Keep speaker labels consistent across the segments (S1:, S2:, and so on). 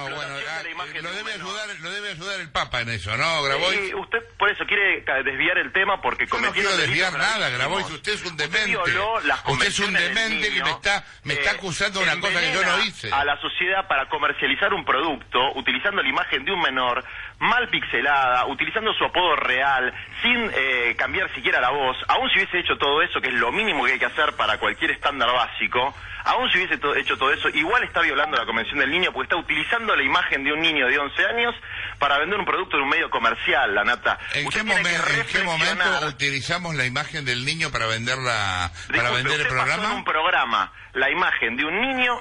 S1: No,
S2: Pero
S1: bueno,
S2: también
S1: ah,
S2: la imagen
S1: lo,
S2: es
S1: debe
S2: buena,
S1: ayudar, lo debe ayudar el Papa en eso, ¿no, Grabois?
S2: Sí, usted por eso quiere ca- desviar el tema porque
S1: Yo no
S2: cometió
S1: quiero desviar nada, Grabois. Usted es un demente.
S2: violó las
S1: Usted es un
S2: convenciones del
S1: demente que
S2: niño,
S1: me está, me está
S2: eh,
S1: acusando de una cosa que yo
S2: envenena
S1: no hice.
S2: A la sociedad para comercializar un producto utilizando la imagen de un menor mal pixelada, utilizando su apodo real, sin eh, cambiar siquiera la voz, aún si hubiese hecho todo eso, que es lo mínimo que hay que hacer para cualquier estándar básico, aún si hubiese to- hecho todo eso, igual está violando la convención del niño porque está utilizando la imagen de un niño de 11 años para vender un producto en un medio comercial, la nata.
S1: ¿En
S2: Usted
S1: qué,
S2: tiene que
S1: momen- en qué momento
S2: reflexionar.
S1: utilizamos la imagen del niño para vender la para
S2: Disculpe,
S1: vender el
S2: usted pasó en
S1: programa?
S2: un programa la imagen de un niño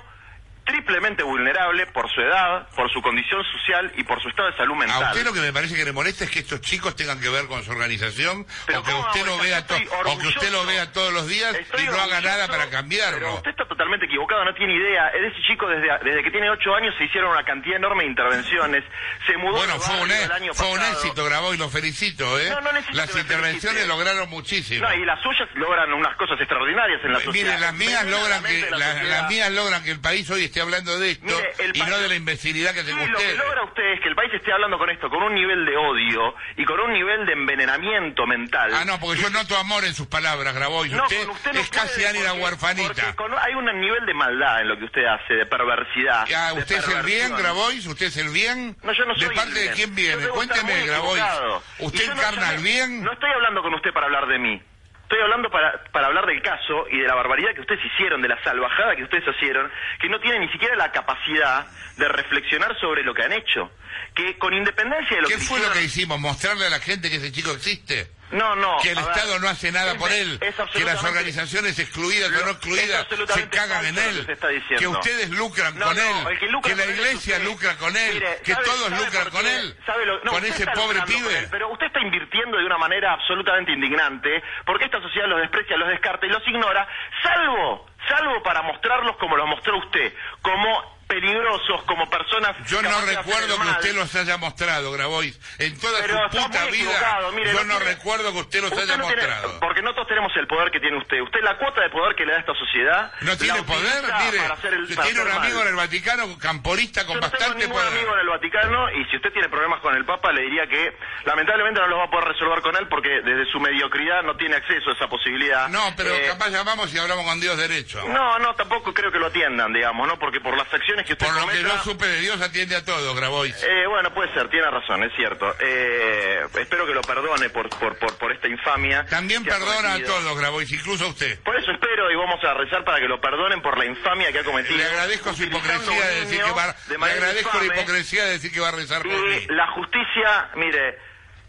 S2: triplemente vulnerable por su edad, por su condición social y por su estado de salud mental.
S1: A usted lo que me parece que le molesta es que estos chicos tengan que ver con su organización
S2: Pero
S1: o que
S2: ¿cómo
S1: usted
S2: vamos
S1: lo
S2: a-
S1: vea
S2: yo estoy
S1: to- o que usted lo
S2: orgulloso.
S1: vea todos los días
S2: Estoy
S1: y no haga
S2: orgulloso,
S1: nada para
S2: Pero
S1: cambiarlo.
S2: usted está totalmente equivocado, no tiene idea. Ese chico desde, desde que tiene 8 años se hicieron una cantidad enorme de intervenciones. Se mudó
S1: Bueno,
S2: de
S1: fue un,
S2: barrio
S1: e-
S2: el año
S1: fue un
S2: pasado.
S1: éxito, grabó y lo felicito, ¿eh?
S2: No, no necesito
S1: Las
S2: que me
S1: intervenciones
S2: felicite.
S1: lograron muchísimo.
S2: No, y las suyas logran unas cosas extraordinarias en la sociedad.
S1: Mire, las mías
S2: Envenenan
S1: logran
S2: la mente
S1: que
S2: de la
S1: las-
S2: sociedad.
S1: las mías logran que el país hoy esté hablando de esto
S2: Mire, el
S1: y
S2: país-
S1: no de la imbecilidad que
S2: Sí,
S1: tengo
S2: lo que
S1: usted.
S2: logra usted es que el país esté hablando con esto, con un nivel de odio y con un nivel de envenenamiento mental.
S1: Ah, no, porque yo noto amor en sus palabras, Grabois.
S2: No,
S1: usted,
S2: con usted no
S1: es casi
S2: puede,
S1: Anira
S2: porque-
S1: Huerfanita.
S2: porque con- hay un nivel de maldad en lo que usted hace, de perversidad.
S1: Ah,
S2: de
S1: ¿Usted es el bien,
S2: perversión.
S1: Grabois? ¿Usted es el bien?
S2: No, yo no soy
S1: ¿De
S2: el
S1: parte de
S2: bien.
S1: quién
S2: Yo
S1: viene?
S2: debo estar
S1: Cuénteme,
S2: muy
S1: Grabois.
S2: equivocado. Y
S1: ¿Usted
S2: yo no
S1: encarna el
S2: llamé-
S1: bien?
S2: No estoy hablando con usted para hablar de mí. Estoy hablando para, para hablar del caso y de la barbaridad que ustedes hicieron, de la salvajada que ustedes hicieron, que no tienen ni siquiera la capacidad de reflexionar sobre lo que han hecho. Que con independencia de lo
S1: ¿Qué
S2: que
S1: fue lo
S2: hicieron-
S1: que hicimos? ¿Mostrarle a la gente que ese chico existe?
S2: No, no.
S1: que el
S2: a ver,
S1: Estado no hace nada
S2: es-
S1: por él,
S2: es
S1: que las
S2: absolutamente-
S1: organizaciones excluidas o
S2: Lo-
S1: no
S2: es
S1: excluidas se
S2: absolutamente
S1: cagan en
S2: falso lo que usted
S1: él,
S2: está diciendo.
S1: que ustedes lucran
S2: No,
S1: con
S2: no,
S1: él,
S2: el que
S1: la
S2: lucra con él es
S1: iglesia
S2: usted.
S1: lucra con él,
S2: Mire,
S1: que
S2: sabe-
S1: todos
S2: sabe
S1: lucran
S2: por
S1: con
S2: qué,
S1: él,
S2: sabe lo- no,
S1: con
S2: usted
S1: ese
S2: está
S1: pobre
S2: lucrando con
S1: pibe.
S2: él, pero usted está invirtiendo de una manera absolutamente indignante, porque esta sociedad los desprecia, los descarta y los ignora, salvo, salvo para mostrarlos como los mostró usted, como peligrosos, como personas...
S1: Yo no
S2: capaces de hacer
S1: recuerdo
S2: el
S1: que
S2: mal.
S1: usted los haya mostrado, Grabois. En toda
S2: Pero
S1: su
S2: está
S1: puta
S2: muy
S1: vida,
S2: equivocado, mire,
S1: yo
S2: no
S1: no
S2: tiene-
S1: recuerdo que usted los
S2: Usted
S1: haya
S2: no tiene-
S1: mostrado.
S2: porque no todos tenemos el poder que tiene usted. Usted la cuota de poder que le da esta sociedad...
S1: No
S2: la
S1: tiene poder,
S2: utiliza
S1: mire.
S2: para hacer el-
S1: usted
S2: para
S1: tiene un
S2: hacer
S1: amigo
S2: mal.
S1: en el Vaticano, camporista, con
S2: Yo no tengo
S1: bastante
S2: ningún
S1: poder.
S2: amigo en el Vaticano y si usted tiene problemas con el Papa le diría que lamentablemente no los va a poder resolver con él porque desde su mediocridad no tiene acceso a esa posibilidad.
S1: No, pero
S2: Eh,
S1: capaz llamamos y hablamos con Dios derecho.
S2: No, no, tampoco creo que lo atiendan, digamos, ¿no? Porque por las acciones que usted
S1: Por lo que
S2: cometa-
S1: yo supe de Dios, atiende a todo, Grabois.
S2: Eh, bueno, puede ser, tiene razón, es cierto. Eh, espero que lo perdone por, por, por, por esta infamia.
S1: También
S2: que ha
S1: perdona a
S2: cometido.
S1: todos, Grabois, incluso a usted.
S2: Por eso espero y vamos a rezar para que lo perdonen por la infamia que ha cometido.
S1: Le agradezco su
S2: Eh, utilizando
S1: hipocresía
S2: un
S1: de decir
S2: niño
S1: que va,
S2: de
S1: le
S2: manera
S1: agradezco la
S2: infame.
S1: hipocresía de decir que va a rezar por mí.
S2: Y la justicia, mire,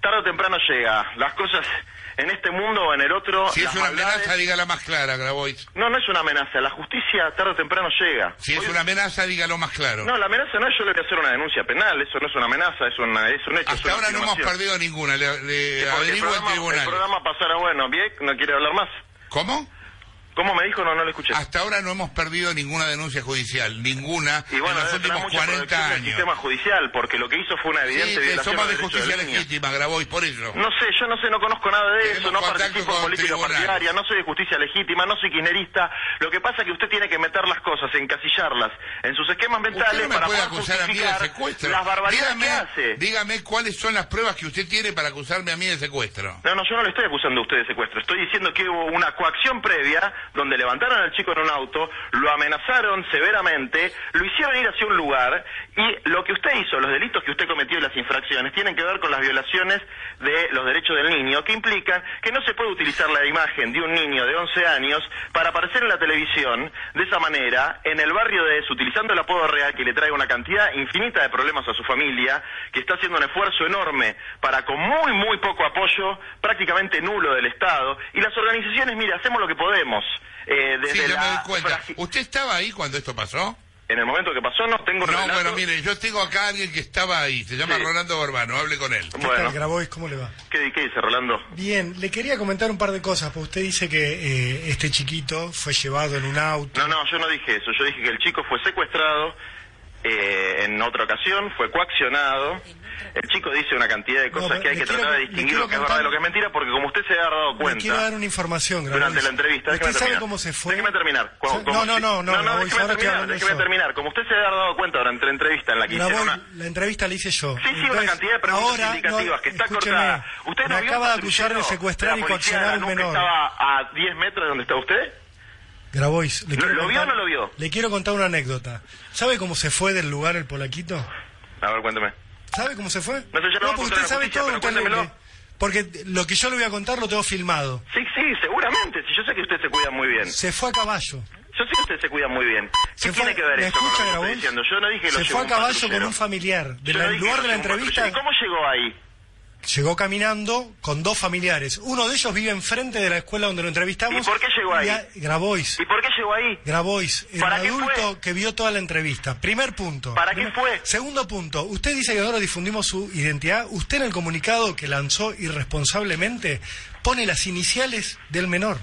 S2: tarde o temprano llega. Las cosas en este mundo o en el otro.
S1: Si es
S2: las
S1: una
S2: maldades-
S1: amenaza, dígala más clara, Grabois.
S2: No, no es una amenaza. La justicia tarde o temprano llega.
S1: Si es una amenaza, dígalo más claro.
S2: No, la amenaza no es yo le voy a hacer una denuncia penal. Eso no es una amenaza, es, una, es un hecho. es
S1: Hasta
S2: una
S1: ahora no hemos
S2: afirmación.
S1: perdido ninguna. Le, le
S2: Sí, porque el
S1: averiguo al
S2: programa, el
S1: tribunal.
S2: programa pasará bueno. Bien, no quiere hablar más.
S1: ¿Cómo?
S2: ¿Cómo me dijo? No, no lo escuché.
S1: Hasta ahora no hemos perdido ninguna denuncia judicial, ninguna
S2: y bueno,
S1: en los
S2: debe tener
S1: últimos
S2: mucha protección
S1: 40
S2: del
S1: años.
S2: sistema judicial, porque lo que hizo fue una
S1: Sí,
S2: evidente
S1: que
S2: violación
S1: somos
S2: al
S1: de
S2: derecho del
S1: justicia
S2: niño.
S1: legítima, Grabois, por eso.
S2: No sé, yo no sé, no conozco nada de
S1: Tenemos
S2: eso, no
S1: contacto
S2: participo
S1: con
S2: en política
S1: tribunales.
S2: partidaria, no soy de justicia legítima, no soy kirchnerista. Lo que pasa es que usted tiene que meter las cosas, encasillarlas en sus esquemas mentales
S1: Usted no me
S2: para
S1: puede
S2: poder
S1: acusar a mí de
S2: justificar
S1: secuestro.
S2: las barbaridades
S1: dígame,
S2: que hace.
S1: dígame cuáles son las pruebas que usted tiene para acusarme a mí de secuestro.
S2: No, no, yo no le estoy acusando a usted de secuestro. Estoy diciendo que hubo una coacción previa donde levantaron al chico en un auto, lo amenazaron severamente, lo hicieron ir hacia un lugar y lo que usted hizo, los delitos que usted cometió y las infracciones tienen que ver con las violaciones de los derechos del niño, que implican que no se puede utilizar la imagen de un niño de 11 años para aparecer en la televisión de esa manera, en el barrio de eso, utilizando el apodo real que le trae una cantidad infinita de problemas a su familia, que está haciendo un esfuerzo enorme para con muy, muy poco apoyo, prácticamente nulo del Estado, y las organizaciones, mire, hacemos lo que podemos. eh,
S1: Sí,
S2: desde
S1: ya
S2: la
S1: me doy cuenta.
S2: fragi-
S1: ¿Usted estaba ahí cuando esto pasó?
S2: en el momento que pasó no
S1: No,
S2: tengo relatos.
S1: bueno, mire, yo tengo acá a alguien que estaba ahí, se llama
S2: Sí.
S1: Rolando Barbano, hable con él.
S3: ¿Qué
S2: Bueno,
S3: tal, Grabois? ¿Cómo le va?
S2: ¿qué, qué dice Rolando?
S3: Bien, le quería comentar un par de cosas, porque usted dice que eh, este chiquito fue llevado en un auto.
S2: No, no, yo no dije eso. Yo dije que el chico fue secuestrado eh, en otra ocasión, fue coaccionado. El chico dice una cantidad de
S3: No,
S2: cosas
S3: pero
S2: que hay
S3: le
S2: que
S3: quiero-
S2: tratar de
S3: le
S2: distinguir
S3: quiero
S2: lo que es
S3: contar-
S2: verdad de lo que es mentira, porque como usted se ha dado
S3: Le quiero dar
S2: cuenta
S3: una información, Grabois.
S2: durante la entrevista,
S3: ¿Usted
S2: déjeme
S3: sabe
S2: terminar.
S3: cómo se fue?
S2: Déjeme terminar. Cu-
S3: Sa-
S2: como
S3: No, no,
S2: si-
S3: no, no,
S2: déjeme
S3: Grabois, ahora estoy
S2: terminar,
S3: hablando
S2: déjeme
S3: yo.
S2: terminar. Como usted se ha dado cuenta durante la entrevista en la que hicieron
S3: Grabois,
S2: una...
S3: la entrevista la hice yo.
S2: Sí, sí, una
S3: Entonces,
S2: cantidad de preguntas
S3: ahora,
S2: indicativas
S3: no,
S2: que está
S3: escúcheme,
S2: cortada. ¿Usted
S3: me
S2: no vio
S3: acaba de
S2: el
S3: acusar de
S2: patrullero
S3: secuestrar
S2: de
S3: y
S2: la policía de
S3: coaccionar a un
S2: Lanús que
S3: menor.
S2: estaba a 10 metros de donde está usted?
S3: Grabois, le
S2: ¿Lo-
S3: quiero
S2: lo vio
S3: contar-
S2: o no lo vio?
S3: Le quiero contar una anécdota. ¿Sabe cómo se fue del lugar el polaquito?
S2: A ver, cuéntame.
S3: ¿Sabe cómo se fue?
S2: No sé, ya lo vamos a
S3: porque
S2: contar a
S3: usted
S2: la
S3: sabe
S2: justicia,
S3: todo,
S2: pero
S3: terrible.
S2: cuéntemelo.
S3: Porque lo que yo le voy a contar lo tengo filmado.
S2: Sí, sí, seguramente. Si yo sé que usted se cuida muy bien.
S3: Se fue a caballo.
S2: Yo sé que usted se cuida muy bien. ¿Qué
S3: Se
S2: tiene
S3: fue-
S2: que ver
S3: ¿me
S2: esto con lo
S3: escucha,
S2: que estoy
S3: Grabois?
S2: diciendo? Yo no dije que lo
S3: Se
S2: llevó
S3: fue a
S2: un
S3: caballo
S2: patrullero.
S3: con un familiar.
S2: Yo
S3: Del
S2: no dije
S3: lugar
S2: que
S3: de la
S2: lo llevó un
S3: entrevista
S2: patrullero. ¿Y cómo llegó ahí?
S3: llegó caminando con dos familiares. Uno de ellos vive enfrente de la escuela donde lo entrevistamos.
S2: ¿Y por qué llegó ahí?
S3: Y a- Grabois.
S2: ¿Y por qué llegó ahí?
S3: Grabois, el
S2: ¿Para qué
S3: adulto
S2: fue?
S3: que vio toda la entrevista. Primer punto.
S2: ¿Para qué
S3: Primer-
S2: fue?
S3: Segundo punto. Usted dice que ahora difundimos su identidad. Usted en el comunicado que lanzó irresponsablemente pone las iniciales del menor.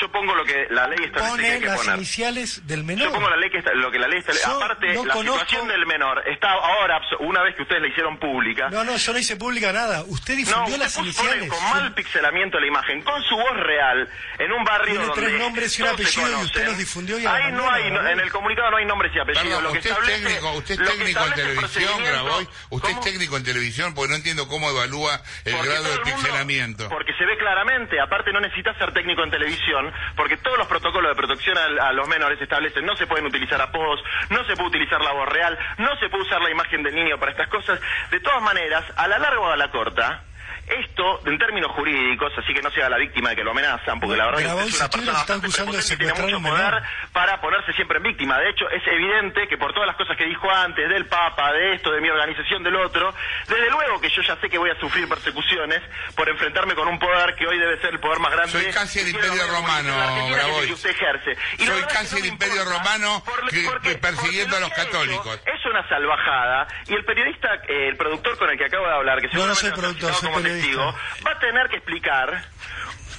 S2: Yo pongo lo que la ley establece que
S3: Pone
S2: hay que
S3: las
S2: poner.
S3: iniciales del
S2: Yo
S3: menor.
S2: pongo la ley que está- lo que la ley establece.
S3: Yo
S2: Aparte,
S3: no
S2: la
S3: conozco-
S2: situación del menor está ahora, abso- una vez que ustedes la hicieron pública,
S3: No, no, yo no hice pública nada. Usted
S2: No,
S3: difundió
S2: usted
S3: las
S2: pone
S3: iniciales.
S2: con mal pixelamiento la imagen, con su voz real, en un barrio
S3: Tiene
S2: donde
S3: tres nombres y un
S2: todos se
S3: apellido y
S2: conocen.
S3: usted los difundió y a la
S2: Ahí no
S3: mañana,
S2: hay, no-
S3: Grabois.
S2: en el comunicado no hay nombres y apellidos.
S1: Perdón,
S2: lo que
S1: usted es
S2: establece-
S1: técnico, usted es
S2: lo que
S1: técnico en
S2: establece el
S1: televisión,
S2: procedimiento-
S1: Grabois. Usted
S2: ¿Cómo?
S1: es técnico en televisión, porque no entiendo cómo evalúa el
S2: Porque
S1: grado de
S2: todo el mundo-
S1: pixelamiento.
S2: Porque se ve claramente, aparte no necesitas ser técnico en televisión, porque todos los protocolos de protección al- a, los menores se establecen, no se pueden utilizar apodos, no se puede utilizar la voz real, no se puede usar la imagen del niño para estas cosas. De todas maneras, a la larga o a la corta, esto, en términos jurídicos, así que no sea la víctima de que lo amenazan, porque la verdad
S3: Pero
S2: que
S3: a
S2: usted
S3: vos,
S2: es una
S3: ustedes
S2: persona
S3: lo están
S2: bastante
S3: acusando de
S2: prepotente y tiene
S3: secuestrar a un
S2: mucho poder
S3: menor.
S2: para ponerse siempre en víctima. De hecho, es evidente que por todas las cosas que dijo antes, del Papa, de esto, de mi organización, del otro, desde luego que yo ya sé que voy a sufrir persecuciones por enfrentarme con un poder que hoy debe ser el poder más grande.
S1: Soy casi el
S2: que tiene
S1: Imperio
S2: la República
S1: Romano,
S2: Argentina, que es el
S1: Grabois.
S2: que usted ejerce. Y la
S1: Soy
S2: verdad es que
S1: casi
S2: no
S1: el
S2: me
S1: Imperio
S2: importa,
S1: Romano
S2: por-
S1: que-
S2: porque-
S1: que persiguiendo a los
S2: porque lo que ha hecho
S1: católicos.
S2: Es una salvajada y el periodista, eh, el productor con el que acabo de hablar, que
S3: No, no
S2: seguramente
S3: soy
S2: va a ser
S3: productor,
S2: citado
S3: soy
S2: como
S3: periodista.
S2: testigo, va a tener que explicar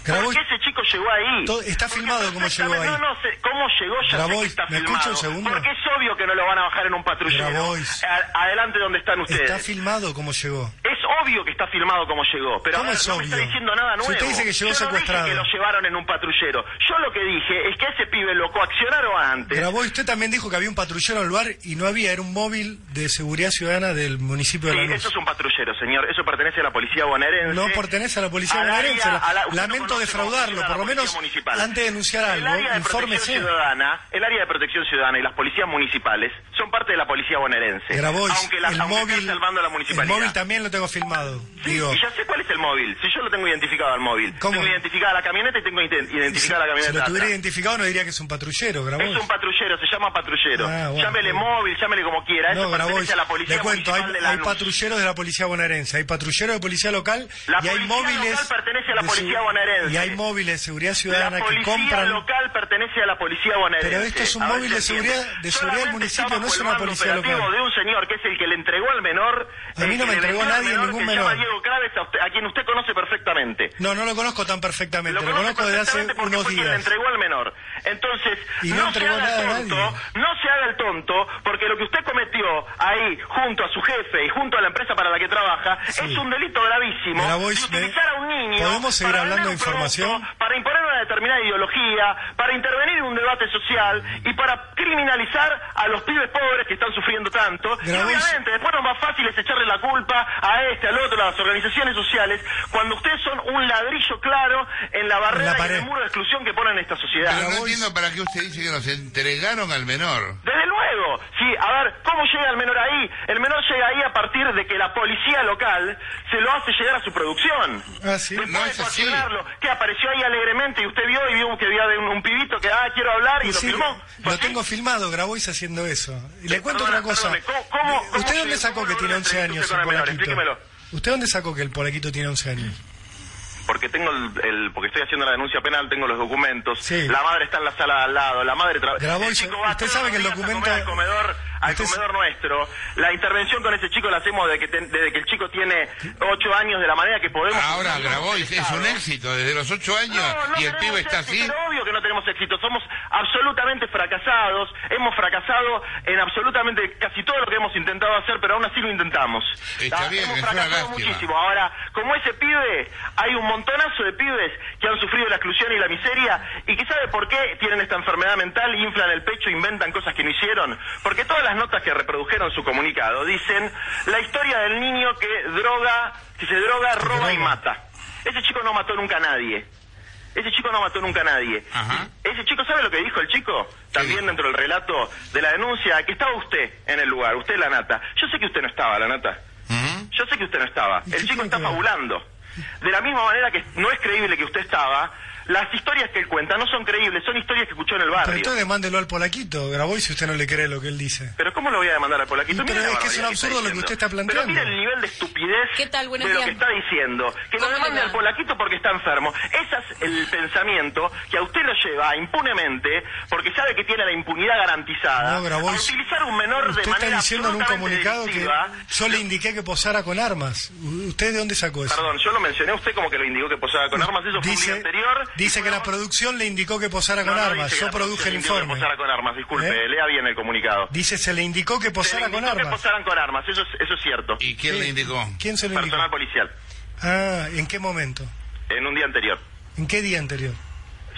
S2: ¿Por
S3: Grabois,
S2: qué ese chico llegó ahí?
S3: To- está
S2: Porque
S3: filmado cómo llegó
S2: perfectamente-
S3: ahí.
S2: No, no, sé cómo llegó ya sé que
S3: Grabois,
S2: está
S3: ¿me
S2: filmado.
S3: escucha un segundo?
S2: Porque es obvio que no lo van a bajar en un patrullero.
S3: Grabois.
S2: A- adelante donde están ustedes.
S3: está filmado cómo llegó.
S2: Es obvio que está filmado cómo llegó, pero
S3: ¿Cómo
S2: ahora
S3: es
S2: no me está
S3: obvio?
S2: diciendo nada
S3: Si
S2: nuevo.
S3: usted dice que llegó
S2: Yo no dije
S3: secuestrado.
S2: que lo llevaron en un patrullero. Yo lo que dije es que a ese pibe lo coaccionaron antes.
S3: Grabois, usted también dijo que había un patrullero en el lugar y no había, era un móvil de seguridad ciudadana del municipio de
S2: Sí,
S3: Lanús.
S2: eso es un patrullero, señor. Eso pertenece a la policía bonaerense.
S3: No pertenece a la policía
S2: Al área-
S3: bonaerense. La-
S2: a la- usted no
S3: lamento
S2: conoce cómo
S3: defraudarlo,
S2: funciona
S3: por
S2: la
S3: lo menos
S2: policía municipal.
S3: antes de denunciar
S2: El
S3: algo,
S2: área de
S3: infórmese.
S2: protección ciudadana, el área de protección ciudadana y las policías municipales son parte de la policía bonaerense.
S3: Grabois,
S2: aunque la,
S3: el
S2: aunque están
S3: móvil,
S2: salvando a la
S3: el
S2: municipalidad.
S3: móvil también lo tengo filmado.
S2: Sí,
S3: Digo,
S2: y ya sé cuál es el móvil. Si yo lo tengo identificado al móvil,
S3: ¿Cómo?
S2: tengo identificada la camioneta y tengo ident- identificada la
S3: si, si
S2: camioneta.
S3: lo tuviera
S2: atrás.
S3: identificado no diría que es un patrullero, Grabois.
S2: Es un patrullero, se llama patrullero.
S3: Ah, bueno,
S2: llámele
S3: bueno.
S2: móvil, llámele como quiera.
S3: No,
S2: Eso
S3: Grabois,
S2: pertenece a la policía
S3: le cuento, hay,
S2: municipal de
S3: hay
S2: Lanús.
S3: patrulleros de la policía bonaerense, hay patrulleros de policía local
S2: La
S3: y hay
S2: policía
S3: móviles
S2: local pertenece a la
S3: de segu-
S2: policía bonaerense.
S3: y hay móviles de seguridad ciudadana
S2: la
S3: que
S2: policía
S3: compran
S2: local pertenece a la policía bonaerense.
S3: Pero esto es un
S2: A ver
S3: móvil
S2: si
S3: de
S2: entiende.
S3: seguridad- de seguridad del
S2: Solamente
S3: municipio,
S2: estamos
S3: no es
S2: con
S3: una
S2: el mando
S3: policía
S2: operativo
S3: local.
S2: de un señor que es el que le entregó al menor.
S3: A mí no
S2: eh,
S3: me
S2: que le
S3: entregó
S2: vendió al
S3: nadie, ningún
S2: que se
S3: menor.
S2: llama Diego Graves, a, usted- a quien usted conoce perfectamente.
S3: No, no lo conozco tan perfectamente, lo,
S2: conoce
S3: conozco desde hace
S2: perfectamente porque
S3: unos
S2: fue quien le
S3: días.
S2: entregó al menor. Entonces,
S3: Y no
S2: se
S3: entregó
S2: haga
S3: nada
S2: el
S3: a
S2: tonto,
S3: nadie.
S2: no se haga el tonto, porque lo que usted cometió ahí, junto a su jefe y junto a la empresa para la que trabaja,
S3: Sí.
S2: es un delito gravísimo.
S3: Grabois,
S2: de
S3: me-
S2: utilizar a un niño
S3: ¿Podemos seguir
S2: para vender
S3: hablando de
S2: un producto,
S3: información?
S2: para imponer una determinada ideología, para intervenir en un debate social y para criminalizar a los pibes pobres que están sufriendo tanto. Y
S3: Grabois-
S2: obviamente, después lo más fácil es echarle la culpa a este, al otro, a las organizaciones sociales, cuando ustedes son un ladrillo claro en la barrera y
S3: En la
S2: en el
S3: pared.
S2: muro de exclusión que ponen esta sociedad.
S1: Pero no
S3: Grabois-
S1: entiendo para qué usted dice que nos entregaron al menor.
S2: Desde luego, sí, a ver, ¿cómo llega el menor ahí? El menor llega ahí a partir de que la policía local se lo hace llegar a su producción.
S3: Ah, sí.
S2: Después
S1: No
S2: de
S1: es así.
S2: coaccionarlo, que apareció ahí alegremente y usted vio y vio que había de un, un pibito que, ah, quiero hablar y,
S3: Y
S2: lo Pues
S3: sí,
S2: filmó. ¿Fue
S3: lo
S2: así?
S3: tengo filmado, Grabois haciendo eso. Y le cuento
S2: Perdona,
S3: una cosa.
S2: perdone, ¿cómo- cómo- cómo
S3: ¿Usted
S2: se-
S3: dónde sacó
S2: cómo
S3: que
S2: logró
S3: tiene
S2: la
S3: 11
S2: entrevista
S3: años
S2: con
S3: el
S2: el menor?
S3: polaquito?
S2: Explíquemelo. Ah,
S3: ¿Usted dónde sacó que el polaquito tiene 11 años?
S2: porque tengo el, el- porque estoy haciendo la denuncia penal, tengo los documentos,
S3: Sí.
S2: la madre está en la sala de al lado, la madre tra-
S3: Grabó
S2: el
S3: y se-
S2: chico va
S3: usted
S2: todos
S3: sabe que el
S2: los días a
S3: documento-
S2: comer al comedor, al
S3: usted-
S2: comedor nuestro, la intervención con ese chico la hacemos desde que, ten- desde que el chico tiene ocho años de la manera que podemos.
S1: Ahora grabó y es un éxito desde los ocho años
S2: No, no
S1: y el
S2: tenemos
S1: pibe está así.
S2: éxito, pero obvio que no tenemos éxito. Somos absolutamente fracasados. Hemos fracasado en absolutamente casi todo lo que hemos intentado hacer, pero aún así lo intentamos.
S1: Está bien,
S2: hemos
S1: es una
S2: fracasado
S1: lástima.
S2: muchísimo. Ahora, como ese pibe, hay un montonazo de pibes que han sufrido la exclusión y la miseria y que sabe por qué tienen esta enfermedad mental, inflan el pecho, inventan cosas que no hicieron. Porque todas las notas que reprodujeron su comunicado dicen la historia del niño que droga, que se droga, roba y
S3: droga.
S2: mata. Ese chico no mató nunca a nadie. Ese chico no mató nunca a nadie.
S1: Ajá.
S2: Ese chico, ¿sabe lo que dijo el chico? También
S1: dijo?
S2: dentro del relato de la denuncia, que estaba usted en el lugar, usted la nata. Yo sé que usted no estaba, la nata.
S1: Ujú.
S2: Yo sé que usted no estaba.
S3: ¿Y qué
S2: El chico
S3: tiene
S2: está
S3: que ver?
S2: fabulando. De la misma manera que no es creíble que usted estaba, las historias que él cuenta no son creíbles, son historias que escuchó en el
S3: Pero
S2: barrio.
S3: entonces mándelo al polaquito, grabó y si usted no le cree lo que él dice.
S2: Pero ¿cómo lo voy a demandar al polaquito?
S3: Y
S2: Mire
S3: pero
S2: la
S3: es que es un
S2: barbaridad está
S3: absurdo lo que
S2: diciendo.
S3: usted está planteando.
S2: Pero mire el nivel de estupidez
S4: ¿Qué tal? Buenos
S2: de lo
S4: días.
S2: que está diciendo. Que lo
S4: ¿Cómo le
S2: demande
S4: va?
S2: al polaquito porque está enfermo. Ese es el pensamiento que a usted lo lleva impunemente porque sabe que tiene la impunidad garantizada.
S3: No, grabó
S2: a
S3: y-
S2: utilizar un menor de
S3: Usted
S2: manera
S3: está diciendo en un
S2: absolutamente
S3: comunicado que
S2: delictiva.
S3: yo le indiqué que posara con armas. U- ¿Usted de dónde sacó eso?
S2: Perdón, yo lo mencioné a usted como que lo indicó que posaba con armas. Eso fue un día
S3: Dice,
S2: anterior.
S3: dice que la
S2: producción
S3: producción le indicó que posara
S2: No,
S3: con
S2: no
S3: armas.
S2: dice que
S3: Yo
S2: la
S3: produje el
S2: producción indicó que
S3: informe.
S2: posara con armas, disculpe,
S3: ¿Eh?
S2: lea bien el comunicado.
S3: Dice, se le indicó que
S2: Se le
S3: posara con
S2: indicó que
S3: armas.
S2: posaran con armas, eso es, eso es cierto.
S1: ¿Y quién
S3: Sí.
S1: le indicó?
S3: ¿Quién se lo indicó?
S2: Personal policial,
S3: Ah, ¿en qué momento?
S2: en un día anterior.
S3: ¿En qué día anterior?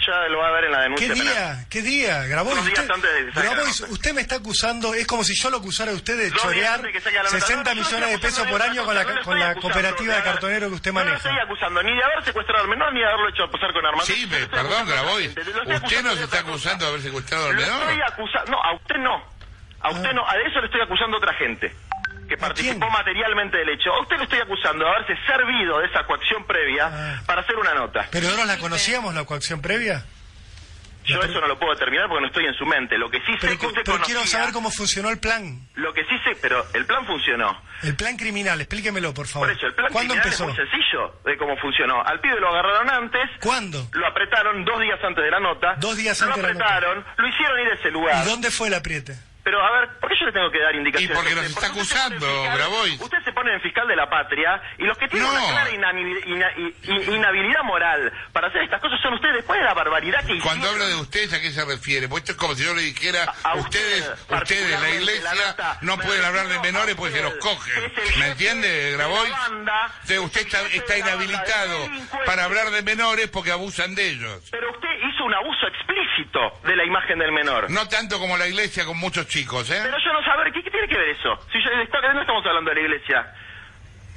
S2: Ya lo va a ver en la denuncia
S3: ¿Qué
S2: penal.
S3: día? ¿Qué día? Grabó
S2: Unos días
S3: usted,
S2: antes de que salga
S3: Grabois,
S2: la nota.
S3: usted me está acusando, es como si yo lo acusara a usted de
S2: Dos días
S3: chorear
S2: antes de que salga la nota.
S3: 60
S2: No, no, yo no
S3: millones de
S2: estoy
S3: pesos
S2: acusando
S3: por
S2: de
S3: año
S2: otra
S3: con la,
S2: cosa, no lo
S3: con
S2: estoy
S3: la
S2: acusando
S3: cooperativa de
S2: haber-
S3: cartonero que usted
S2: No lo estoy
S3: maneja.
S2: acusando ni de haber secuestrado al menor ni de haberlo hecho posar con armas.
S1: Sí,
S2: Yo
S1: pero
S2: estoy
S1: perdón,
S2: acusando
S1: Grabois.
S2: claramente, lo estoy
S1: ¿Usted
S2: acusando
S1: nos
S2: de
S1: está
S2: otra cosa.
S1: acusando de haber secuestrado al
S2: Lo estoy
S1: menor?
S2: acusando. No, a usted no. A usted no. A eso le estoy acusando a otra gente que participó
S3: quién?
S2: materialmente del hecho. A usted lo estoy acusando de haberse servido de esa coacción previa
S3: Ah.
S2: para hacer una nota.
S3: Pero no la conocíamos la coacción previa.
S2: Yo eso no lo puedo determinar porque no estoy en su mente. Lo que sí sé
S3: Pero,
S2: es que
S3: cu-
S2: usted
S3: pero quiero
S2: conocía-
S3: saber cómo funcionó el plan.
S2: Lo que sí sé, pero el plan funcionó.
S3: El plan criminal, explíquemelo, por favor.
S2: Por eso, el plan
S3: ¿Cuándo
S2: criminal
S3: empezó?
S2: es muy sencillo de cómo funcionó. Al pibe lo agarraron antes.
S3: ¿Cuándo?
S2: Lo apretaron dos días antes de la nota.
S3: Dos días
S2: lo
S3: antes de la nota.
S2: apretaron, lo hicieron ir a ese lugar.
S3: ¿Y dónde fue el apriete?
S2: Pero a ver, ¿por qué yo le tengo que dar indicaciones?
S1: Y porque
S2: a
S1: los
S2: usted?
S1: está
S2: Porque usted se pone
S1: acusando,
S2: en fiscal-
S1: Grabois.
S2: Usted se pone en fiscal de la patria y los que tienen
S1: No.
S2: una clara inhabi- ina- i- i- inhabilidad moral para hacer estas cosas son ustedes. Después de la barbaridad que hicieron.
S1: Cuando habla de ustedes, ¿a qué se refiere? Porque esto es como si yo le dijera,
S2: A- a
S1: ustedes,
S2: usted,
S1: ustedes, la
S2: particularmente,
S1: iglesia,
S2: la nota,
S1: no
S2: me
S1: pueden hablar de
S2: refiero a
S1: menores porque se los
S2: usted,
S1: cogen.
S2: que es el
S1: ¿Me
S2: jefe de
S1: entiende,
S2: la
S1: Graboy?
S2: banda,
S1: Usted, usted
S2: es el
S1: está,
S2: jefe
S1: está
S2: de la banda de
S1: inhabilitado
S2: delincuentes.
S1: para hablar de menores porque abusan de ellos.
S2: Pero usted hizo un abuso explícito de la imagen del menor.
S1: No tanto como la iglesia con muchos chicos, ¿eh?
S2: Pero yo no saber, ¿qué, qué tiene que ver eso? Si yo, no estamos hablando de la iglesia.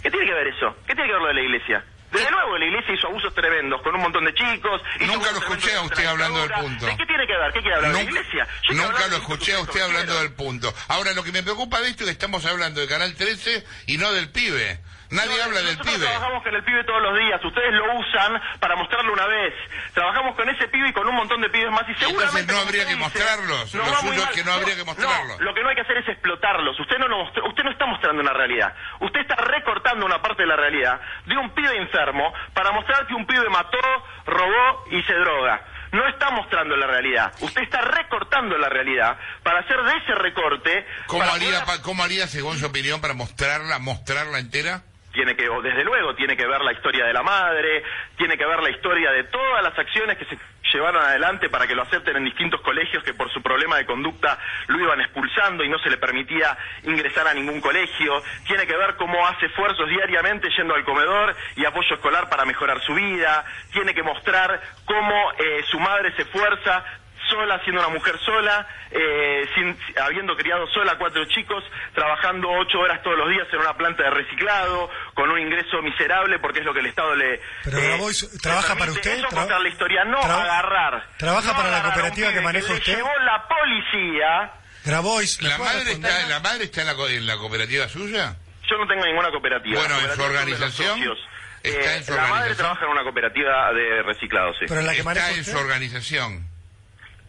S2: ¿Qué tiene que ver eso? ¿Qué tiene que ver lo de la iglesia?
S1: Pues-
S2: Desde luego, la iglesia hizo abusos tremendos con un montón de chicos. hizo
S1: Nunca lo
S2: abusos
S1: escuché a usted
S2: tremendos contra la
S1: hablando del
S2: dictadura.
S1: punto.
S2: ¿De qué tiene que ver? ¿Qué quiere hablar de la iglesia? Yo quiero
S1: nunca
S2: hablar
S1: lo
S2: de
S1: escuché a
S2: lo que
S1: usted hablando
S2: quiero.
S1: del punto. Ahora, lo que me preocupa de esto es que estamos hablando de Canal 13 y no del pibe. Nadie
S2: No,
S1: habla del
S2: nosotros
S1: pibe.
S2: trabajamos con el pibe todos los días. Ustedes lo usan para mostrarlo una vez. Trabajamos con ese pibe y con un montón de pibes más y seguramente...
S1: no
S2: como
S1: habría
S2: usted
S1: que
S2: dice,
S1: mostrarlos.
S2: nos
S1: Lo
S2: va
S1: suyo
S2: muy
S1: es
S2: mal.
S1: que no habría que mostrarlos.
S2: lo que no hay que hacer es explotarlos. Usted no, lo mostró- usted no está mostrando una realidad. Usted está recortando una parte de la realidad de un pibe enfermo para mostrar que un pibe mató, robó y se droga. No está mostrando la realidad. Usted está recortando la realidad para hacer de ese recorte...
S1: ¿Cómo
S2: para
S1: haría,
S2: poder-
S1: pa- ¿Cómo haría, según su opinión, para mostrarla, mostrarla entera?
S2: tiene que, o desde luego, tiene que ver la historia de la madre, tiene que ver la historia de todas las acciones que se llevaron adelante para que lo acepten en distintos colegios que por su problema de conducta lo iban expulsando y no se le permitía ingresar a ningún colegio, tiene que ver cómo hace esfuerzos diariamente yendo al comedor y apoyo escolar para mejorar su vida, tiene que mostrar cómo eh, su madre se esfuerza sola, siendo una mujer sola, eh, sin- habiendo criado sola a cuatro chicos, trabajando ocho horas todos los días en una planta de reciclado, con un ingreso miserable porque es lo que el Estado le...
S3: Pero
S2: eh,
S3: Grabois,
S2: le
S3: ¿trabaja para
S2: permite.
S3: usted?
S2: Eso es
S3: Tra-
S2: contar la historia, no
S3: tra-
S2: agarrar.
S3: ¿trabaja
S2: No
S3: para
S2: agarrar
S3: la
S2: a un
S3: cooperativa que
S2: pibe
S3: maneja
S2: le
S3: usted?
S2: llevó la policía...
S3: Grabois, ¿me
S1: ¿La
S3: puede
S1: madre,
S3: responder?
S1: está, ¿La madre está en la, co- en la cooperativa suya?
S2: Yo no tengo ninguna cooperativa.
S1: Bueno,
S2: Las
S1: ¿en su
S2: cooperativas son de los
S1: organización?
S2: socios. Eh,
S1: ¿Está en su
S2: la madre
S1: organización?
S2: trabaja en una cooperativa de reciclado, sí.
S3: Pero la que
S1: Está
S3: maneja
S1: en
S3: usted.
S1: su organización.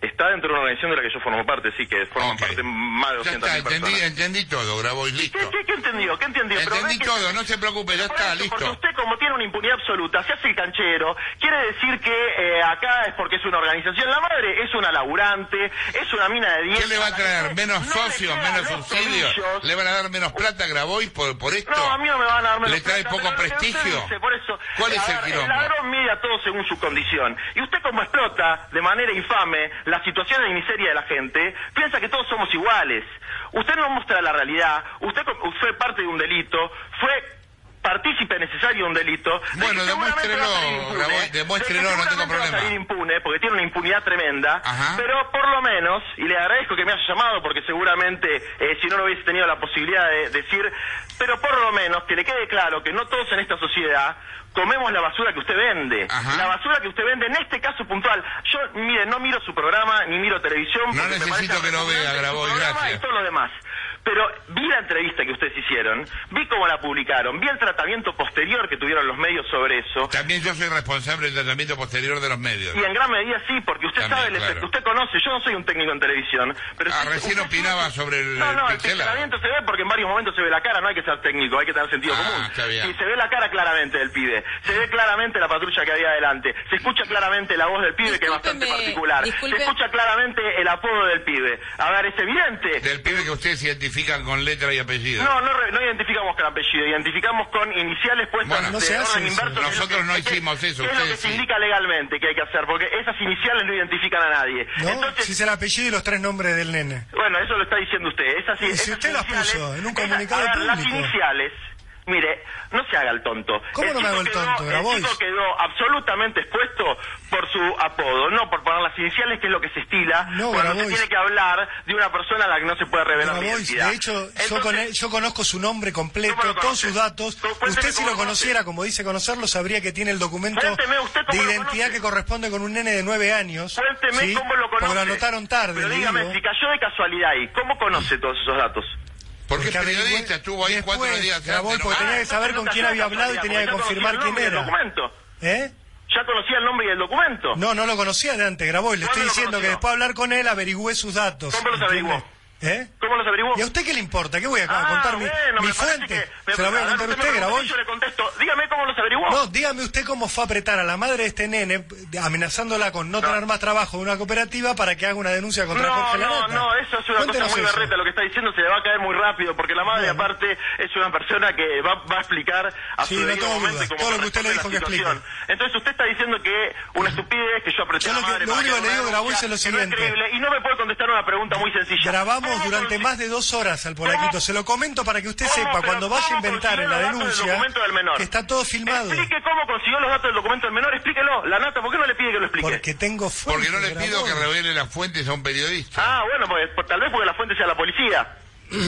S2: Está dentro de una organización de la que yo formo parte, sí, que forman
S1: Ok.
S2: parte más de
S1: Ya
S2: 200.000
S1: está, entendí,
S2: personas.
S1: entendí todo, grabó y
S2: ¿Qué,
S1: listo.
S2: qué, qué entendió? ¿Qué entendió? Pero ve
S1: Entendí
S2: que-
S1: todo, no se preocupe, ya
S2: Por
S1: está,
S2: eso, Porque
S1: listo.
S2: usted como tiene una impunidad absoluta, se hace el canchero, quiere decir que eh, acá es porque es una organización. La madre es una laburante, es una mina de 10.
S1: ¿Qué le va a traer? ¿Menos
S2: No le
S1: socios,
S2: quedan
S1: menos
S2: los
S1: subsidios?
S2: tobillos.
S1: ¿Le van a dar menos plata a Grabois por, por esto?
S2: No, a mí no me van a dar menos
S1: ¿Le trae
S2: plata,
S1: poco
S2: pero lo que usted
S1: prestigio?
S2: dice, por eso,
S1: ¿Cuál es
S2: a
S1: el
S2: ver,
S1: quilombo?
S2: ladrón mide a todo según su condición. Y usted como explota de manera infame la situación de miseria de la gente, piensa que todos somos iguales. Usted no muestra la realidad, usted co- fue parte de un delito, fue partícipe necesario de un delito. de
S1: Bueno,
S2: que seguramente
S1: demuéstrelo,
S2: va a salir impune,
S1: Grabois,
S2: de que
S1: demuéstrelo, no tengo
S2: seguramente va a
S1: problema.
S2: salir impune, porque tiene una impunidad tremenda,
S1: Ajá.
S2: pero por lo menos, y le agradezco que me haya llamado, porque seguramente eh, si no, no hubiese tenido la posibilidad de decir, pero por lo menos que le quede claro que no todos en esta sociedad comemos la basura que usted vende.
S1: Ajá.
S2: La basura que usted vende, en este caso puntual, yo, mire, no miro su programa, ni miro televisión.
S1: No
S2: porque me
S1: necesito
S2: parece
S1: que lo vea,
S2: repugnante
S1: Grabois,
S2: su programa
S1: gracias.
S2: y todo lo demás. Pero vi la entrevista que ustedes hicieron, vi cómo la publicaron, vi el tratamiento posterior que tuvieron los medios sobre eso,
S1: También yo soy responsable del tratamiento posterior de los medios.
S2: y en gran medida sí, porque usted
S1: También,
S2: sabe, el
S1: claro.
S2: efecto, usted conoce, yo no soy un técnico en televisión, pero...
S1: Ah,
S2: sí-
S1: recién
S2: usted
S1: opinaba
S2: sabe-
S1: sobre el
S2: No, no, el
S1: pixelado.
S2: pixelamiento se ve porque en varios momentos se ve la cara, no hay que ser técnico, hay que tener sentido
S1: Ah, está bien.
S2: común. Y se ve la cara claramente del pibe, se ve claramente la patrulla que había adelante, se escucha claramente la voz del pibe que es bastante
S4: Discúlpeme,
S2: particular,
S4: disculpe.
S2: se escucha claramente el apodo del pibe. A ver, es evidente
S1: Del pibe que ustedes identifican con letra y apellido.
S2: no, no, re- no identificamos con apellido, identificamos con iniciales puestas
S1: Bueno,
S3: no
S2: de
S3: se hace
S2: orden
S3: eso.
S2: inverso. que es lo
S1: Nosotros
S2: que-
S1: no
S2: es que-
S1: hicimos eso,
S2: que Es lo que
S1: ustedes
S2: se
S1: sí.
S2: indica legalmente que hay que hacer, porque esas iniciales no identifican a nadie.
S3: No,
S2: Entonces,
S3: si es el apellido y los tres nombres del nene.
S2: bueno, eso lo está diciendo usted. Esas,
S3: Y si
S2: esas
S3: usted las
S2: iniciales-
S3: puso en un
S2: esas-
S3: comunicado
S2: a ver, Las
S3: público.
S2: iniciales, mire, no se haga el tonto.
S3: ¿Cómo
S2: El
S3: no me
S2: tipo
S3: hago el
S2: quedó-
S3: tonto, Grabois?
S2: El tipo quedó absolutamente expuesto por su apodo, no por poner las iniciales, que es lo que se estila
S3: No,
S2: cuando
S3: Grabois.
S2: se tiene que hablar de una persona a la que no se puede revelar la
S3: Grabois,
S2: identidad.
S3: de hecho, yo,
S2: Entonces,
S3: con- yo conozco su nombre completo,
S2: ¿Cómo lo
S3: todos
S2: conoce?
S3: sus datos.
S2: Cu- cuénteme
S3: Usted si
S2: cómo
S3: lo
S2: lo conoce.
S3: conociera, como dice conocerlo, sabría que tiene el documento
S2: Cuénteme usted
S3: de
S2: cómo lo
S3: identidad
S2: conoce.
S3: que corresponde con un nene de nueve años.
S2: Cuénteme
S3: ¿sí?
S2: cómo lo conoce.
S3: Porque lo anotaron tarde,
S2: Pero
S3: le
S2: dígame,
S3: digo.
S2: si cayó de casualidad ahí, ¿cómo conoce todos esos datos?
S1: Porque el
S3: Porque averigüé-
S1: periodista estuvo ahí
S3: después,
S1: cuatro días antes.
S3: Grabois,
S1: ¿no?
S3: porque tenía que
S2: entonces
S3: saber
S2: Ah, no
S3: con
S2: cayó
S3: quién
S2: de
S3: había hablado y
S2: casualidad,
S3: tenía que
S2: porque ya
S3: confirmar
S2: conocía el nombre
S3: quién
S2: y el
S3: era.
S2: documento.
S3: ¿Eh?
S2: Ya conocía el nombre y el documento.
S3: No, no lo conocía de antes, Grabois.
S2: ¿Cuándo
S3: Le estoy
S2: lo
S3: diciendo que
S2: conoció?
S3: después de hablar con él averigüé sus datos.
S2: ¿Cómo los
S3: ¿entiende?
S2: averiguó?
S3: ¿eh?
S2: ¿Cómo los averiguó?
S3: ¿Y a usted qué le importa? ¿Qué voy a
S2: Ah,
S3: contar? mi-
S2: bueno,
S3: mi
S2: me parece
S3: fuente.
S2: que- me-
S3: Se la voy a contar a
S2: ver,
S3: usted,
S2: me pregunta y
S3: Grabois.
S2: Yo le contesto, dígame cómo los averiguó.
S3: No, dígame usted cómo fue a apretar a la madre de este nene, de- amenazándola con no,
S2: No.
S3: tener más trabajo en una cooperativa para que haga una denuncia contra
S2: No,
S3: Jorge
S2: no,
S3: Lanata.
S2: no, eso es una
S3: Cuéntenos
S2: cosa muy
S3: eso.
S2: berreta. Lo que está diciendo se le va a caer muy rápido, porque la madre,
S3: Bueno.
S2: aparte, es una persona que va, va a explicar a
S3: Sí,
S2: su
S3: no
S2: debido
S3: tengo
S2: momento
S3: dudas.
S2: y cómo
S3: Todo lo que usted le
S2: corresponde
S3: dijo
S2: la
S3: que
S2: situación. Entonces, usted está diciendo que una estupidez, que yo apreté
S3: Yo
S2: a la
S3: lo que-
S2: madre
S3: lo
S2: para
S3: único que le
S2: haga
S3: digo,
S2: una
S3: Grabois,
S2: denuncia,
S3: es lo
S2: que no
S3: siguiente.
S2: creíble, y no me puede contestar una pregunta muy sencilla.
S3: Grabamos
S2: ¿Cómo
S3: durante
S2: consi-
S3: más de dos horas al polaquito. Se lo comento para que usted
S2: ¿Cómo?
S3: sepa,
S2: Ah, Pero
S3: cuando vaya a
S2: ¿cómo
S3: inventar
S2: consiguió
S3: la
S2: los datos del
S3: denuncia,
S2: documento del menor?
S3: que está todo filmado.
S2: Explique cómo consiguió los datos del documento del menor, explíquelo. La nata, ¿por qué no le pide que lo explique?
S3: Porque tengo fuente,
S1: Ah, Porque no le pido que
S3: Grabois.
S1: revele las fuentes a un periodista.
S2: Ah, bueno, pues, pues, tal vez porque la fuente sea la policía.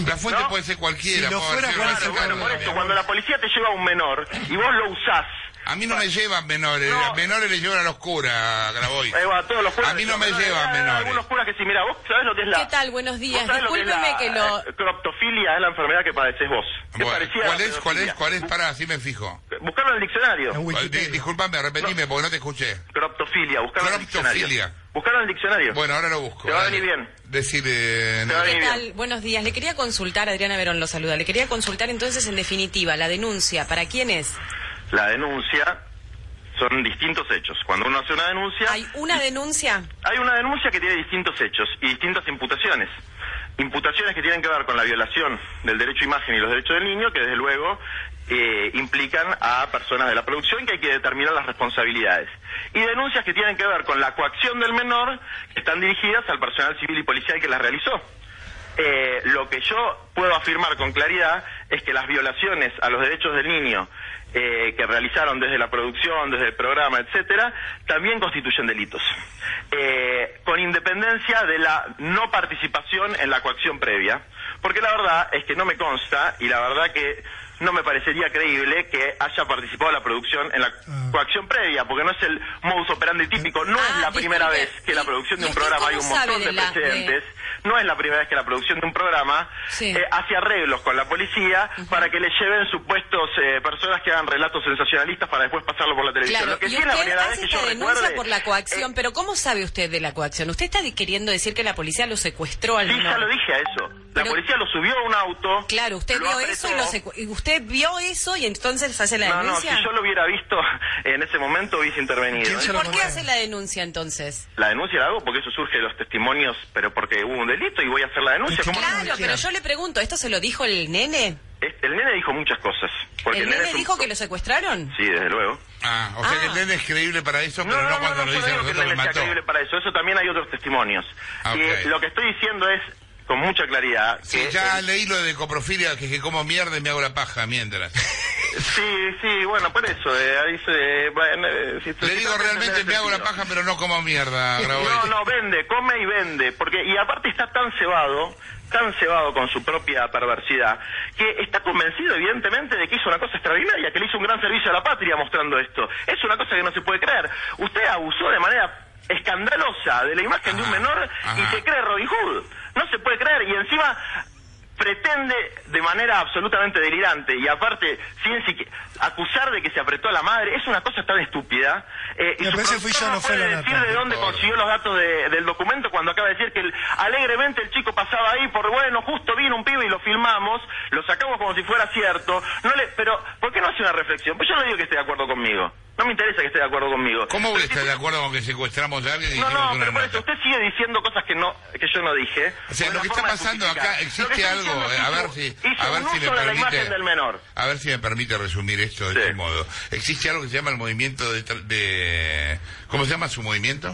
S1: La fuente
S2: ¿No?
S1: puede ser cualquiera.
S3: Mm. Si lo
S1: puede
S3: fuera,
S1: ser
S3: ¿cuál es
S1: Marcelo Carlos
S2: Bueno,
S3: el
S2: por
S3: problema?
S2: eso,
S1: Damián.
S2: cuando la policía te lleva a un menor y vos lo usás,
S1: A mí no me llevan menores,
S2: No.
S1: a menores le llevan a los curas, Grabois.
S2: eh, a todos los jueces.
S1: A mí no me
S2: Hay
S1: llevan menores.
S2: eh, Algunos curas que sí, mira, vos sabés lo que es la.
S4: ¿Qué tal? Buenos días.
S2: vos sabés lo
S4: Discúlpeme que
S2: es la,
S4: lo-
S2: eh, Croptofilia es la enfermedad que padeces vos. ¿Qué
S1: Bueno,
S2: parecía
S1: ¿Cuál
S2: la
S1: es? ¿Cuál es?
S2: pedofilia?
S1: ¿Cuál es? Pará, así me fijo.
S2: Bu- Buscalo en el diccionario.
S3: En Wikipedia.
S1: Di- Disculpame, repetime porque no te escuché.
S2: Croptofilia, buscalo en el
S1: Croptofilia.
S2: diccionario. Buscalo en el diccionario.
S1: Bueno, ahora lo busco.
S2: Te va a
S1: dale.
S2: venir bien.
S1: Decile,
S2: Te va
S1: Néstor.
S2: a
S4: ¿Qué
S2: venir bien.
S4: tal? Buenos días. Le quería consultar, Adriana Verón lo saluda. Le quería consultar entonces, en definitiva, la denuncia, ¿para quién es?
S2: La denuncia son distintos hechos. Cuando uno hace una denuncia,
S4: ¿Hay una denuncia?
S2: Hay una denuncia que tiene distintos hechos y distintas imputaciones. Imputaciones que tienen que ver con la violación del derecho a imagen y los derechos del niño, que desde luego eh, implican a personas de la producción que hay que determinar las responsabilidades. Y denuncias que tienen que ver con la coacción del menor, que están dirigidas al personal civil y policial que las realizó. Eh, lo que yo puedo afirmar con claridad es que las violaciones a los derechos del niño eh, que realizaron desde la producción, desde el programa, etcétera, también constituyen delitos, Eh, con independencia de la no participación en la coacción previa, porque la verdad es que no me consta y la verdad que no me parecería creíble que haya participado la producción en la
S3: Ah.
S2: coacción previa, porque no es el modus operandi típico, no
S4: Ah,
S2: es la
S4: disculpe,
S2: primera vez que la
S4: ¿y-
S2: producción
S4: y
S2: de un
S4: usted
S2: programa, hay
S4: cómo
S2: un
S4: sabe
S2: montón
S4: de
S2: de
S4: las de-
S2: precedentes, no es la primera vez que la producción de un programa
S4: Sí.
S2: eh, hace arreglos con la policía para que le lleven supuestos eh, personas que hagan relatos sensacionalistas para después pasarlo por la televisión.
S4: Claro,
S2: Lo que
S4: y
S2: sí es la
S4: usted
S2: primera vez
S4: hace
S2: que
S4: esta
S2: yo
S4: denuncia
S2: recuerde,
S4: por la coacción,
S2: eh,
S4: pero ¿cómo sabe usted de la coacción? ¿Usted está queriendo decir que la policía lo secuestró al
S2: sí, ya
S4: menor?
S2: lo dije a eso. La
S4: Pero-
S2: policía lo subió a un auto.
S4: Claro, usted
S2: lo
S4: vio eso y, lo
S2: apretó.
S4: secu- y usted vio eso y entonces hace la
S2: No, no, si
S4: denuncia.
S2: yo lo hubiera visto en ese momento hubiese intervenido.
S3: ¿Quién se
S4: ¿Y
S3: lo
S4: por qué
S3: mandó?
S4: hace la denuncia entonces?
S2: La denuncia la hago porque eso surge de los testimonios, pero porque hubo un delito y voy a hacer la denuncia. ¿Cómo no?
S4: Claro, pero yo le pregunto, ¿esto se lo dijo el nene?
S2: Este, El nene dijo muchas cosas. Porque
S4: ¿El
S2: el nene
S4: nene
S2: es un-
S4: dijo que lo secuestraron?
S2: Sí, desde luego.
S1: Ah, o sea que
S4: Ah.
S1: el nene es creíble para eso, pero no, cuando lo
S2: yo
S1: dice
S2: digo que
S1: nosotros me
S2: el nene sea
S1: mató.
S2: creíble para eso. Eso también hay otros testimonios.
S1: Ah,
S2: Y
S1: ok.
S2: eh, lo que estoy diciendo es, con mucha claridad,
S1: Sí,
S2: que
S1: ya
S2: el-
S1: leí lo de coprofilia, que, que como mierda y me hago la paja mientras.
S2: Sí, sí, bueno, por eso. eh, ahí se- bueno, eh, si-
S1: Le
S2: si-
S1: digo
S2: si-
S1: realmente me hago la
S2: sentido.
S1: paja, pero no como mierda, Grabois.
S2: No, no, vende, come y vende, porque y aparte está tan cebado, tan cebado con su propia perversidad, que está convencido evidentemente de que hizo una cosa extraordinaria, que le hizo un gran servicio a la patria mostrando esto. Es una cosa que no se puede creer. Usted abusó de manera escandalosa de la imagen de un
S3: Ah,
S1: Ajá,
S2: menor y
S1: ajá.
S2: se cree Robin Hood. No se puede creer y encima pretende de manera absolutamente delirante y aparte sin siqui- acusar de que se apretó a la madre es una cosa tan estúpida eh, y
S3: Me
S2: su
S3: parece que fui yo,
S2: productor
S3: no fue
S2: puede
S3: Leonardo.
S2: decir de dónde
S1: Por favor.
S2: consiguió los datos de- del documento cuando acaba de decir que el- alegremente el chico pasaba ahí por bueno, justo vino un pibe y lo filmamos, lo sacamos como si fuera cierto. No le, pero, ¿por qué no hace una reflexión? Pues yo no digo que esté de acuerdo conmigo. No me interesa que esté de acuerdo conmigo.
S1: ¿Cómo voy a
S2: Pero
S1: estar
S2: si-
S1: de acuerdo con que secuestramos a alguien y
S2: No,
S1: hicimos
S2: no,
S1: una
S2: pero por
S1: nota?
S2: eso usted sigue diciendo cosas que no que yo no dije.
S1: O sea,
S2: Una
S1: lo que está
S2: forma de
S1: pasando
S2: justificar.
S1: acá
S2: Lo que
S1: existe
S2: está
S1: algo,
S2: diciendo es
S1: eh, a
S2: hizo-
S1: ver si,
S2: hizo
S1: a ver
S2: un
S1: si me
S2: uso de la
S1: permite,
S2: imagen del menor.
S1: a ver si me permite resumir esto de
S2: Sí.
S1: este modo. Existe algo que se llama el movimiento de, tra- de- ¿cómo se llama su movimiento?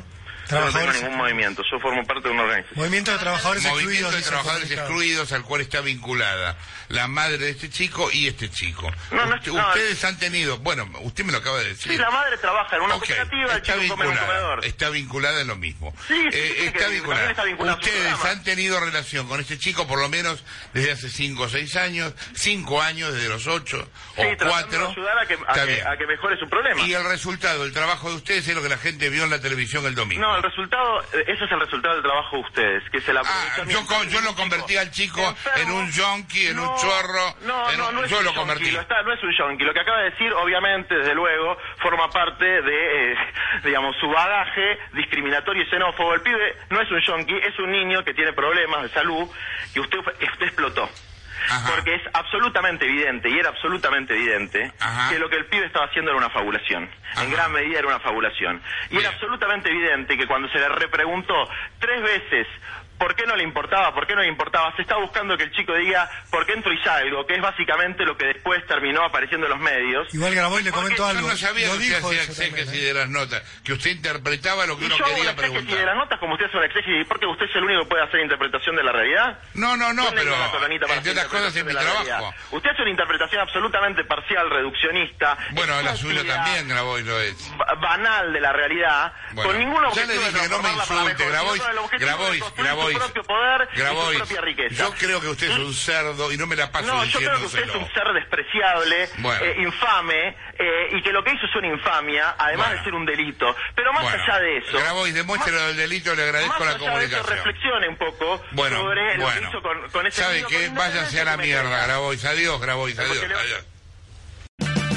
S2: Yo no tengo
S3: Trabajadores,
S2: ningún movimiento, yo formo parte de una organización.
S3: movimiento de trabajadores
S1: Movimiento
S3: excluidos.
S1: de
S3: dice el
S1: trabajadores
S3: comunicado.
S1: excluidos al cual está vinculada la madre de este chico y este chico.
S2: No, no,
S1: Usted-
S2: no.
S1: ustedes han tenido, bueno, usted me lo acaba de decir.
S2: Sí, la madre trabaja en una
S1: Ok,
S2: cooperativa, el
S1: está
S2: chico come en un
S1: vinculada,
S2: comedor.
S1: está vinculada en lo mismo. Eh,
S2: Sí, sí, sí, que
S1: está,
S2: también
S1: vinculada.
S2: está vinculada a su
S1: Ustedes
S2: programa.
S1: han tenido relación con este chico por lo menos desde hace 5 o 6 años, 5 años desde los 8
S2: Sí,
S1: o
S2: tratando
S1: 4.
S2: de ayudar a que, a que- a que mejore su problema.
S1: Y el resultado, el trabajo de ustedes es lo que la gente vio en la televisión el domingo.
S2: No, el resultado, eh, ese es el resultado del trabajo de ustedes, que se la
S1: Ah, yo, co- yo lo convertí al chico en un yonki, en un chorro.
S2: No,
S1: en
S2: no,
S1: un-
S2: no es
S1: yo
S2: un
S1: lo
S2: yonki,
S1: convertí.
S2: lo está- no es un yonki. Lo que acaba de decir, obviamente, desde luego, forma parte de, eh, digamos, su bagaje discriminatorio y xenófobo. El pibe no es un yonki, es un niño que tiene problemas de salud que usted, que usted explotó.
S1: Ajá.
S2: Porque es absolutamente evidente, y era absolutamente evidente,
S1: Ajá.
S2: que lo que el pibe estaba haciendo era una fabulación.
S1: Ajá.
S2: En gran medida era una fabulación. Y
S1: Bien.
S2: era absolutamente evidente que cuando se le repreguntó tres veces por qué no le importaba, por qué no le importaba, se está buscando que el chico diga por qué entro y salgo, que es básicamente lo que después terminó apareciendo en los medios.
S3: Igual Grabois le
S2: Porque
S3: comento
S2: yo
S1: Yo
S3: algo.
S1: no sabía
S3: lo
S1: que usted
S3: dijo
S1: hacía
S3: eso
S1: exégesis
S3: también, ¿eh?
S1: de las notas, que usted interpretaba lo que
S2: Y
S1: uno
S2: yo hago una
S1: quería
S2: exégesis de
S1: preguntar.
S2: las notas como usted hace una exégesis, porque usted es el único que puede hacer interpretación de la realidad.
S1: No, no, no,
S2: Yo le digo
S1: pero
S2: una coronita para
S1: entre
S2: hacer
S1: otras cosas es mi
S2: interpretación de la
S1: trabajo.
S2: realidad. Usted hace una interpretación absolutamente parcial, reduccionista.
S1: Bueno, la suya
S2: estúpida,
S1: también, Grabois, lo es.
S2: ba- banal de la realidad,
S1: Bueno,
S2: con ningún
S1: ya
S2: objetivo
S1: le dije
S2: de
S1: que no me
S2: transformarla para
S1: insulte,
S2: mejor,
S1: Grabois,
S2: sino el objetivo de
S1: Grabois,
S2: construir su
S1: Grabois,
S2: propio poder y su
S1: Grabois,
S2: propia riqueza.
S1: yo creo que usted es un cerdo y no me la paso
S2: No, yo creo que usted es
S1: diciéndoselo.
S2: un ser despreciable,
S1: Bueno.
S2: eh, infame, eh, y que lo que hizo es una infamia, además
S1: Bueno.
S2: de ser un delito. Pero más
S1: Bueno,
S2: allá de eso,
S1: Grabois, demuéstrelo del delito, le
S2: más
S1: agradezco la
S2: allá de eso,
S1: comunicación.
S2: reflexione un poco
S1: Bueno,
S2: sobre lo que
S1: bueno.
S2: hizo con, con ese
S1: ¿Sabe
S2: niño,
S1: qué?
S2: con
S1: Váyase a la
S2: independencia que me
S1: mierda,
S2: tenga.
S1: Grabois. Adiós, Grabois,
S2: Porque
S1: adiós,
S2: le-
S1: adiós.